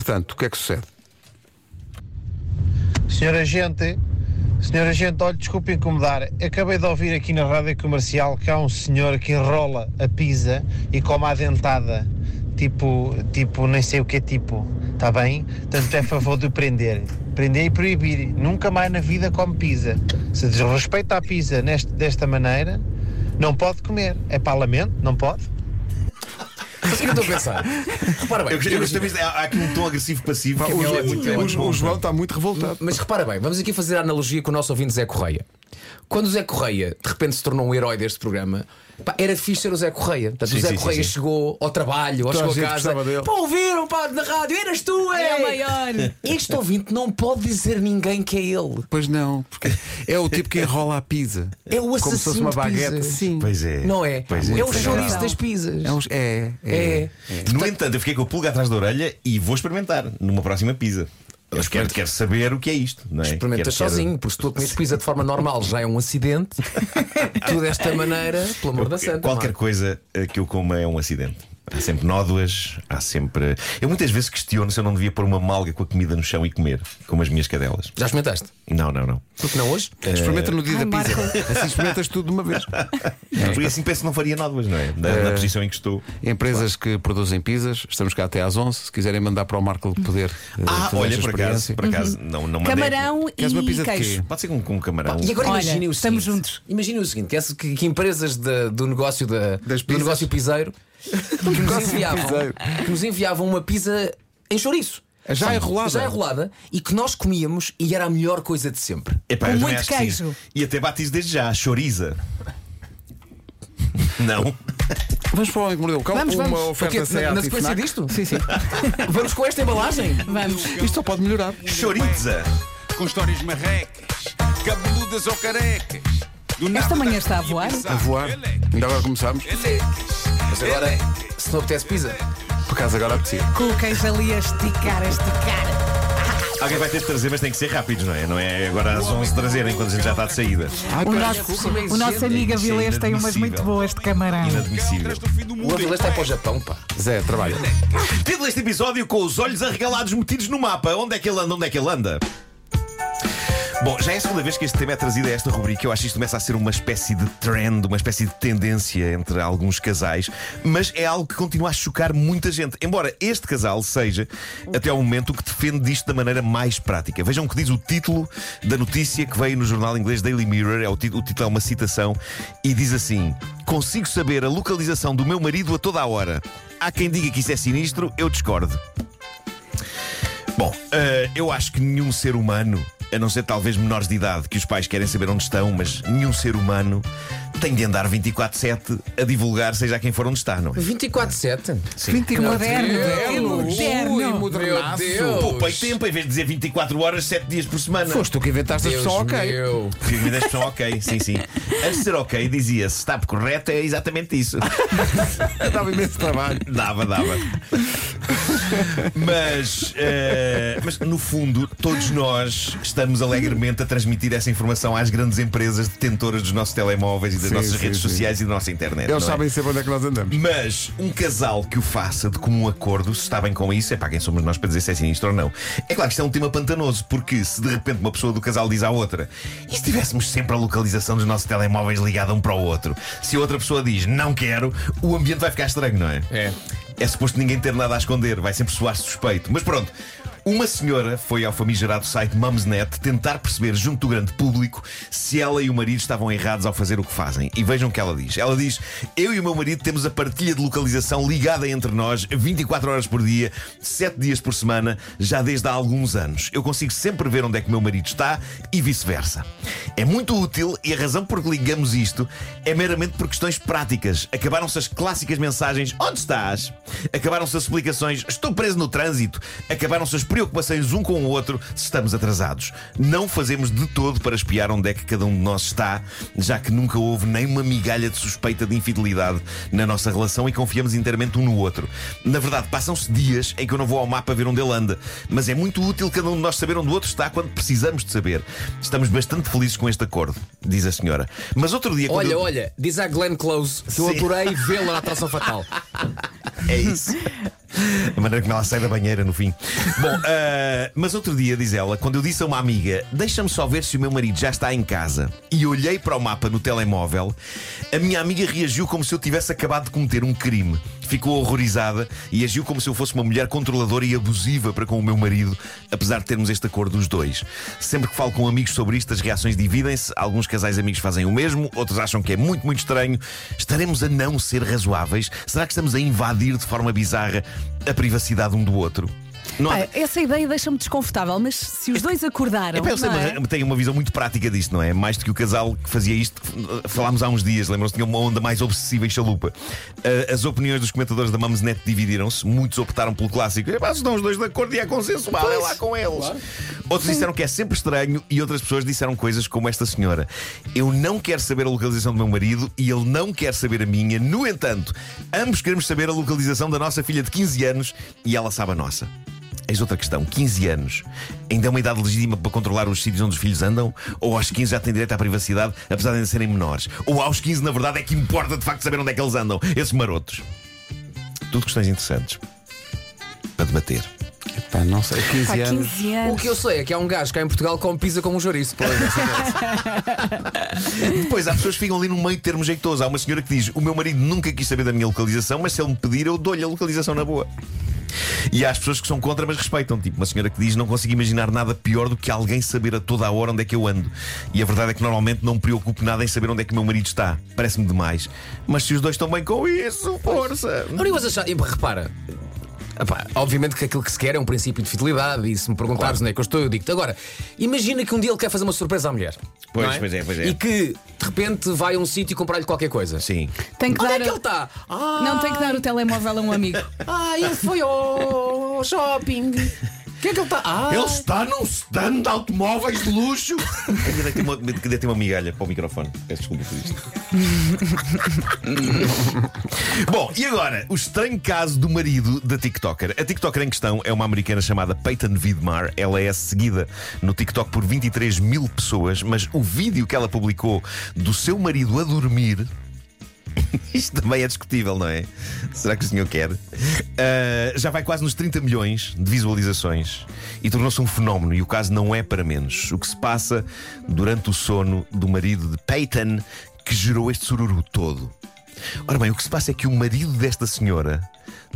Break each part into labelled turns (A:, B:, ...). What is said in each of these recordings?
A: Entretanto, o que é que sucede?
B: Senhor agente, senhor agente, olha, desculpe incomodar. Acabei de ouvir aqui na rádio comercial que há um senhor que enrola a pizza e come à dentada. Tipo, tipo, nem sei o que é tipo, está bem? Portanto, é a favor de o prender. Prender e proibir. Nunca mais na vida come pizza. Se desrespeita a pizza neste, desta maneira, não pode comer. É parlamento, não pode?
C: Mas o que eu estou a pensar? Repara bem,
D: Eu gostei, eu gostei disto. há, há aqui um tom agressivo passivo.
A: O,
D: que é ótimo, é
A: o-
D: ótimo.
A: o João está muito revoltado.
C: mas repara bem, vamos aqui fazer a analogia com o nosso ouvinte Zé Correia. Quando o Zé Correia de repente se tornou um herói deste programa, pá, era fixe ser o Zé Correia. Portanto,
D: Sim,
C: o Zé
D: sim, sim,
C: Correia
D: sim.
C: chegou ao trabalho, ou
A: Toda a
C: chegou a
A: gente
C: casa.
A: gostava dele.
C: Pá, ouviram, pá, na rádio, eras tu, é!
E: É o maior.
C: Este ouvinte não pode dizer ninguém que é ele.
A: Pois não, porque é o tipo que enrola a pizza.
C: É o
A: Como se fosse
C: assassino
A: uma
C: de
A: baguete.
C: pizzas.
A: Sim.
D: Pois é.
C: Não é?
D: Pois
C: é o
E: Tem
C: chouriço
E: razão.
C: das pizzas.
E: um-
A: É, uns- é, é.
C: É.
D: No entanto, eu fiquei com a pulga atrás da orelha e vou experimentar numa próxima pizza. Eu quero, quero saber o que é isto. Não é?
C: Experimentas
D: Quero- quero-
C: sozinho, porque se tu comes pizza de forma normal já é um acidente. tu desta maneira, pelo amor da santa.
D: Qualquer
C: Marco.
D: coisa eh, que eu coma é um acidente. Há sempre nódoas, há sempre. Eu muitas vezes questiono se eu não devia pôr uma malga com a comida no chão e comer, como as minhas cadelas.
C: Já experimentaste?
D: Não, não, não.
C: Porque não hoje?
A: Experimenta no dia
E: Ai,
A: da pizza. Assim experimentas tudo de uma vez.
D: Porque assim penso que não eh, faria nódoas, não é? Na, na posição em que estou.
A: Empresas que produzem pizzas, estamos cá até às 11. Se quiserem mandar para o Marco de Poder. eh,
D: Ah,
A: fazer
D: olha,
A: esta
D: por acaso,
A: experiência.
D: por acaso não, não mandei.
E: Camarão e
A: Queres uma pizza de
E: queijo.
A: quê?
D: Pode ser com, com camarão.
C: E agora
E: Olha,
C: imaginem o seguinte,
E: estamos juntos.
C: Imaginem o seguinte: que, essa- que- que empresas da- do negócio da,
A: Das
C: do
A: pizzas.
C: negócio piseiro que nos, enviavam,
A: piseiro.
C: que nos enviavam uma pizza em chouriço.
A: Já enrolada.
C: Já enrolada e que nós comíamos e era a melhor coisa de sempre.
D: Epá,
E: Com
D: eu também
E: muito
D: acho que sim.
E: queijo.
D: E até batizo desde já, choriza. não.
A: Vamos para o Homem que Mordeu o Cão.
E: Vamos,
A: uma
E: vamos.
C: O
A: oferta
C: quê? na,
A: Seat
C: na
A: e
C: sequência
A: Fnac.
C: disto? Sim, sim. Vamos com esta embalagem?
E: Vamos.
A: Isto só pode melhorar.
D: Choriza.
F: com histórias marrecas, cabeludas ou carecas. Do nada
E: Esta manhã
F: dá
E: está a
F: para
E: voar?
F: pensar.
A: A voar.
F: Elecas,
A: Ainda agora começamos.
F: elecas,
C: Mas agora,
F: elecas.
C: se não apetece pizza.
A: Por acaso agora apetecia.
E: Com o queijo ali a esticar, a esticar.
D: Alguém vai ter de trazer, mas tem que ser rápido, não é? Não é agora às 11 trazerem quando a gente já está de saída.
A: Ai, pá,
E: O nosso, o nosso amigo
D: Isso é
E: Avilés tem umas
D: inadmissível.
E: muito boas de camarão.
D: Inadmissível.
F: Atrás do fim do
C: O
F: mundo.
C: Avilés está para o Japão, pá.
A: Zé, trabalha.
D: Título deste episódio com os olhos arregalados metidos no mapa. Onde é que ele anda? Onde é que ele anda? Bom, já é a segunda vez que este tema é trazido a esta rubrica. Eu acho que isto começa a ser uma espécie de trend, uma espécie de tendência entre alguns casais, mas é algo que continua a chocar muita gente. Embora este casal seja, até ao momento, o que defende disto da maneira mais prática. Vejam o que diz o título da notícia que veio no jornal inglês Daily Mirror. É o, ti- o título é uma citação e diz assim: Consigo saber a localização do meu marido a toda a hora. Há quem diga que isso é sinistro, eu discordo. Bom, eh, eu acho que nenhum ser humano, a não ser talvez menores de idade, que os pais querem saber onde estão, mas nenhum ser humano tem de andar 24-7 a divulgar, seja a quem for onde está, não é?
C: 24-7.
E: Moderno,
A: Moderno.
E: é
A: Ui,
E: moderno.
C: Meu
A: modernaço.
C: Deus.
D: Poupei tempo em vez de dizer 24 horas, 7 dias por semana.
A: Foste tu que inventaste a
C: Deus
A: expressão, ok.
C: meu.
D: Tive uma expressão ok, sim, sim. Antes de ser ok, dizia-se, está correto, é exatamente isso.
A: Dava imenso trabalho.
D: Dava, dava. mas, eh, mas, no fundo, todos nós estamos alegremente a transmitir essa informação às grandes empresas detentoras dos nossos telemóveis e das
A: Sim,
D: nossas
A: sim,
D: redes
A: sim.
D: sociais e da nossa internet.
A: Eles
D: não é?
A: sabem sempre onde é que nós andamos.
D: Mas um casal que o faça de comum acordo, se está bem com isso, é para quem somos nós para dizer se é sinistro ou não. É claro que isto é um tema pantanoso, porque se de repente uma pessoa do casal diz à outra e se tivéssemos sempre a localização dos nossos telemóveis ligada um para o outro, se a outra pessoa diz não quero, o ambiente vai ficar estranho, não é?
C: É.
D: É suposto ninguém ter nada a esconder, vai sempre soar suspeito. Mas pronto, uma senhora foi ao famigerado site Mumsnet tentar perceber, junto do grande público, se ela e o marido estavam errados ao fazer o que fazem. E vejam o que ela diz. Ela diz: Eu e o meu marido temos a partilha de localização ligada entre nós 24 horas por dia, 7 dias por semana, já desde há alguns anos. Eu consigo sempre ver onde é que o meu marido está e vice-versa. É muito útil e a razão por que ligamos isto é meramente por questões práticas. Acabaram-se as clássicas mensagens: Onde estás? Acabaram-se as explicações: Estou preso no trânsito. Acabaram-se as preocupações um com o outro se estamos atrasados. Não fazemos de todo para espiar onde é que cada um de nós está, já que nunca houve nem uma migalha de suspeita de infidelidade na nossa relação e confiamos inteiramente um no outro. Na verdade, passam-se dias em que eu não vou ao mapa ver onde ele anda, mas é muito útil cada um de nós saber onde o outro está quando precisamos de saber. Estamos bastante felizes com este acordo, diz a senhora. Mas outro dia. quando
C: Olha,
D: eu-
C: olha, diz a Glenn Close que eu
D: Sim.
C: adorei vê-la na atração fatal.
D: É isso. A maneira como ela sai da banheira no fim. Bom, ah, mas outro dia, diz ela, quando eu disse a uma amiga, deixa-me só ver se o meu marido já está em casa, e olhei para o mapa no telemóvel, a minha amiga reagiu como se eu tivesse acabado de cometer um crime. Ficou horrorizada e agiu como se eu fosse uma mulher controladora e abusiva para com o meu marido, apesar de termos este acordo os dois. Sempre que falo com amigos sobre isto, as reações dividem-se. Alguns casais amigos fazem o mesmo, outros acham que é muito, muito estranho. Estaremos a não ser razoáveis? Será que estamos a invadir de forma bizarra a privacidade um do outro? Não há-
G: Ah, essa ideia deixa-me desconfortável, mas se os dois acordaram.
D: é para eles
G: não é?
D: terem uma- têm uma visão muito prática disto, não é? Mais do que o casal que fazia isto, que falámos há uns dias, lembram-se, tinha uma onda mais obsessiva e chalupa. Ah, as opiniões dos comentadores da Mamesnet dividiram-se, muitos optaram pelo clássico. "Epá, se estão os dois de acordo e há consenso, vá, é lá com eles. Outros disseram que é sempre estranho e outras pessoas disseram coisas como esta senhora. Eu não quero saber a localização do meu marido e ele não quer saber a minha. No entanto, ambos queremos saber a localização da nossa filha de 15 anos e ela sabe a nossa. Eis outra questão: 15 anos. Ainda é uma idade legítima para controlar os sítios onde os filhos andam? Ou aos 15 já têm direito à privacidade, apesar de ainda serem menores? Ou aos 15, na verdade, é que importa de facto saber onde é que eles andam? Esses marotos. Tudo questões interessantes para debater.
A: Pá, não sei, 15
G: Pá,
A: anos.
G: 15
C: O
G: anos.
C: que eu sei é que há um gajo cá em Portugal que come pizza como um chouriço. Pois,
D: Depois há pessoas que ficam ali num meio termo jeitoso. Há uma senhora que diz: O meu marido nunca quis saber da minha localização, mas se ele me pedir, eu dou-lhe a localização na boa. E há as pessoas que são contra, mas respeitam. Tipo, uma senhora que diz: Não consigo imaginar nada pior do que alguém saber a toda a hora onde é que eu ando. E a verdade é que normalmente não me preocupo nada em saber onde é que o meu marido está. Parece-me demais. Mas se os dois estão bem com isso, força!
C: Não digo achar. e, Repara. epá, obviamente que aquilo que se quer é um princípio de fidelidade e se me perguntares onde é que eu estou, eu digo-te. Agora, imagina que um dia ele quer fazer uma surpresa à mulher.
D: Pois,
C: não é?
D: pois é, pois é.
C: E que de repente vai a um sítio e comprar-lhe qualquer coisa.
D: Sim.
E: Tem que
C: Onde é
E: dar.
C: que ele está? Ah,
E: Não tem que dar o telemóvel a um amigo.
C: ah, ele foi ao shopping. O que é que ele está? Ah,
D: está num stand de automóveis de luxo! Ainda deitei uma, ainda dei uma migalha para o microfone. Peço desculpa por isto. Bom, e agora? O estranho caso do marido da TikToker. A TikToker em questão é uma americana chamada Peyton Vidmar. Ela é seguida no TikTok por 23 mil pessoas, mas o vídeo que ela publicou do seu marido a dormir. Isto também é discutível, não é? Será que o senhor quer? Ah, já vai quase nos 30 milhões de visualizações e tornou-se um fenómeno, e o caso não é para menos. O que se passa durante o sono do marido de Peyton que gerou este sururu todo. Ora bem, o que se passa é que o marido desta senhora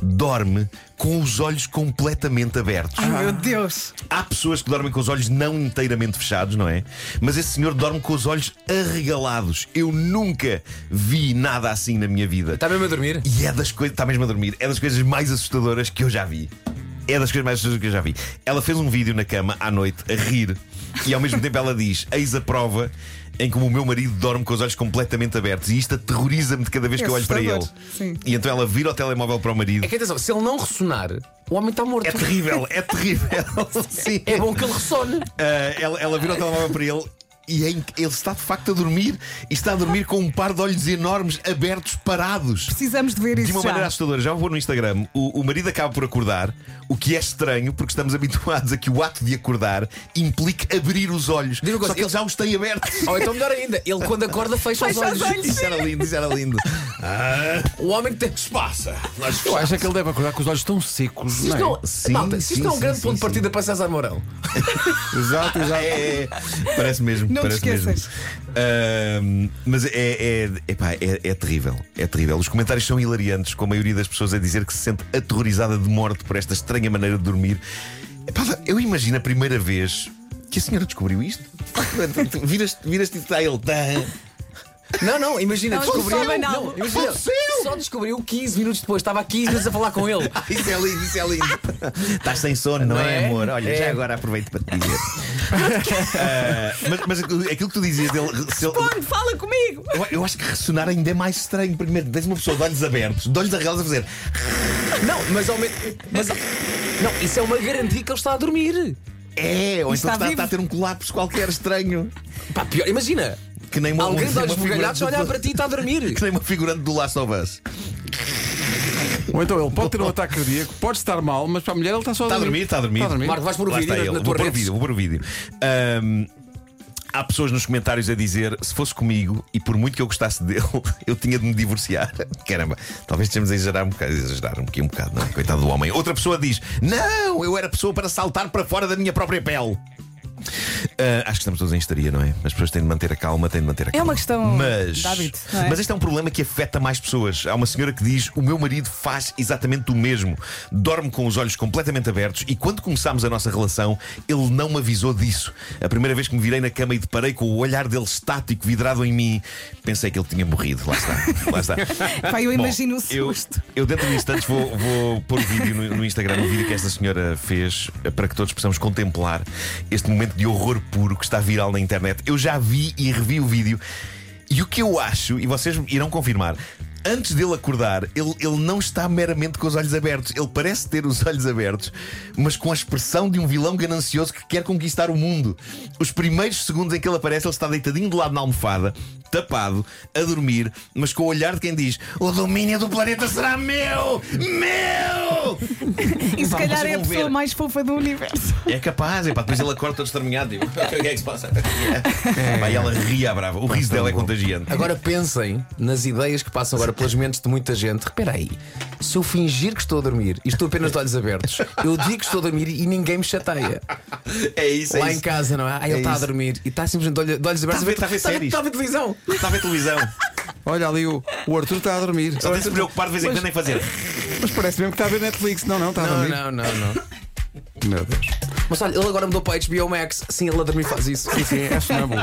D: dorme com os olhos completamente abertos.
E: Meu Deus.
D: Há pessoas que dormem com os olhos não inteiramente fechados, não é? Mas esse senhor dorme com os olhos arregalados. Eu nunca vi nada assim na minha vida.
C: Está Tá mesmo a dormir?
D: E é das coisas. Está mesmo a dormir. É das coisas mais assustadoras que eu já vi. É das coisas mais assustadoras que eu já vi. Ela fez um vídeo na cama à noite a rir e ao mesmo tempo ela diz: Eis a prova em como o meu marido dorme com os olhos completamente abertos. E isto aterroriza-me de cada vez que
E: É
D: eu olho para ele.
E: assustador, sim.
D: E então ela vira o telemóvel para o marido.
C: É que atenção, se ele não ressonar, o homem está morto.
D: É terrível, é terrível. Sim.
C: É bom que ele ressone.
D: Ah, ela, ela virou o telemóvel para ele e é inc- ele está de facto a dormir e está a dormir com um par de olhos enormes abertos, parados.
E: Precisamos de ver isso
D: De uma
E: já.
D: maneira assustadora, já vou no Instagram. O, o marido acaba por acordar, o que é estranho, porque estamos habituados a que o ato de acordar implique abrir os olhos.
C: Diga uma coisa,
D: Só que ele já os tem abertos.
C: Ou então melhor ainda, ele quando acorda fecha, os olhos.
D: Isso era lindo, isso era lindo.
C: O homem que tem espaço.
A: Eu acho é que ele deve acordar com os olhos tão secos.
C: Isto
A: não é?
C: não,
D: Sim,
C: malta, se isto
D: sim,
C: não é um
D: sim,
C: grande
D: sim,
C: ponto de
D: sim.
C: partida para César Mourão.
A: Exato, exato.
D: É, é, parece mesmo.
E: Não te
D: parece
E: esqueças.
D: mesmo. Ahm, mas é, é, epá, é- é terrível. É terrível. Os comentários são hilariantes, com a maioria das pessoas a dizer que se sente aterrorizada de morte por esta estranha maneira de dormir. Epá, eu imagino a primeira vez que a senhora descobriu isto. Tu Viras-te viras e está ele. tá.
C: Não, não, imagina,
G: Não,
C: descobriu.
G: não, não.
C: imagina, só descobriu 15 minutos depois, estava há 15 minutos a falar com ele.
D: Isso é lindo, isso é lindo. Estás sem sono, não,
C: Não
D: é,
C: é?
D: amor? Olha,
C: É.
D: já agora aproveito para te dizer. Ah, mas, mas aquilo que tu dizias dele. se ele-
G: Onde fala comigo?
D: Eu, eu acho que ressonar ainda é mais estranho. Primeiro, tens uma pessoa de olhos abertos, de olhos arregalados a fazer.
C: Não, mas ao menos. Mas, não, isso é uma garantia que ele está a dormir.
D: É, ou então
E: está
D: está,
E: vivo.
D: está a ter um colapso qualquer estranho.
C: Pá, pior, imagina.
D: Que nem uma
C: Alguém de
D: uma
C: olhos
D: figurante
C: bugalhados a
D: do-
C: olhar para ti e está a dormir.
D: Que nem uma figurante do Last of Us.
A: Ou então ele pode ter um ataque cardíaco, pode estar mal, mas para a mulher ele está só
G: Tá
D: Está a Tá dormir, está a dormir.
A: Está a dormir.
C: Marco, vais pôr o
D: Lá
C: vídeo
D: está
C: na,
D: ele.
C: na
D: vou
C: tua
D: pôr o
C: rede.
D: vídeo, vou pôr o vídeo. Ahm, Há pessoas nos comentários a dizer: se fosse comigo e por muito que eu gostasse dele, eu tinha de me divorciar. Caramba, talvez estejamos a exagerar um bocado, exagerar um pouquinho, um bocado, não é? Coitado do homem. Outra pessoa diz: não, eu era pessoa para saltar para fora da minha própria pele. Ah, acho que estamos todos em histeria, não é? As pessoas têm de manter a calma, têm de manter a calma.
G: É uma questão
D: mas,
G: de hábito, não é?
D: Mas este é um problema que afeta mais pessoas. Há uma senhora que diz: O meu marido faz exatamente o mesmo. Dorme com os olhos completamente abertos e quando começámos a nossa relação, ele não me avisou disso. A primeira vez que me virei na cama e deparei com o olhar dele estático, vidrado em mim, pensei que ele tinha morrido. Lá está. Lá está.
E: Pá, eu
D: Bom,
E: imagino o
D: eu-
E: susto.
D: Eu, dentro de instantes vou, vou pôr o vídeo no, no Instagram, o vídeo que esta senhora fez eh, para que todos possamos contemplar este momento de horror puro que está viral na internet. Eu já vi e revi o vídeo e o que eu acho, e vocês irão confirmar. Antes dele acordar, ele, ele não está meramente com os olhos abertos. Ele parece ter os olhos abertos, mas com a expressão de um vilão ganancioso que quer conquistar o mundo. Os primeiros segundos em que ele aparece, ele está deitadinho de lado na almofada, tapado, a dormir, mas com o olhar de quem diz: O domínio do planeta será meu! Meu!
E: E
D: Vamos
E: se calhar é a
D: resolver.
E: pessoa mais fofa do universo.
D: É capaz, epá, depois ele acorda todo estranhado tipo, o que é que se passa? Pá, e ela ria à brava. O riso dela é contagiante.
C: É. Agora pensem nas ideias que passam agora pelas mentes de muita gente. Repara aí, se eu fingir que estou a dormir e estou apenas de olhos abertos, eu digo que estou a dormir e ninguém me chateia.
D: É isso, é
C: Lá
D: isso.
C: em casa, não é? Ah, ele
D: É
C: está a
D: isso.
C: dormir e está simplesmente de olho- de olhos abertos
D: Está a ver- está a ver séries.
C: Está a ver televisão.
D: Está a ver televisão.
A: Olha ali, o, o Arthur está a dormir.
D: Só tem de se preocupar de vez em quando em fazer.
A: Mas parece mesmo que está a ver Netflix. Não, não, está a
C: Não,
A: dormir.
C: não, não, não.
A: Meu Deus.
C: Mas olha, ele agora mudou para HBO Max. Sim, ele a dormir faz isso.
A: Sim, sim, é sonâmbulo.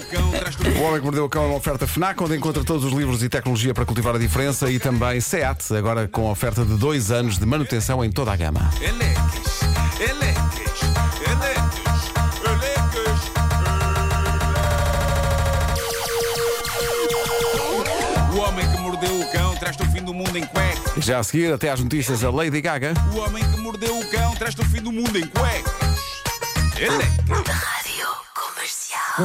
A: O Homem que Mordeu o Cão é uma oferta FNAC, onde encontra todos os livros e tecnologia para cultivar a diferença e também SEAT, agora com a oferta de dois anos de manutenção em toda a gama.
F: Eleques, eleques, eleques, eleques. O homem que mordeu o cão traz-te o fim do mundo em cueca.
A: Já a seguir, até às notícias, a Lady Gaga.
F: O homem que mordeu o cão traz-te o fim do mundo em cuecas. Eleques,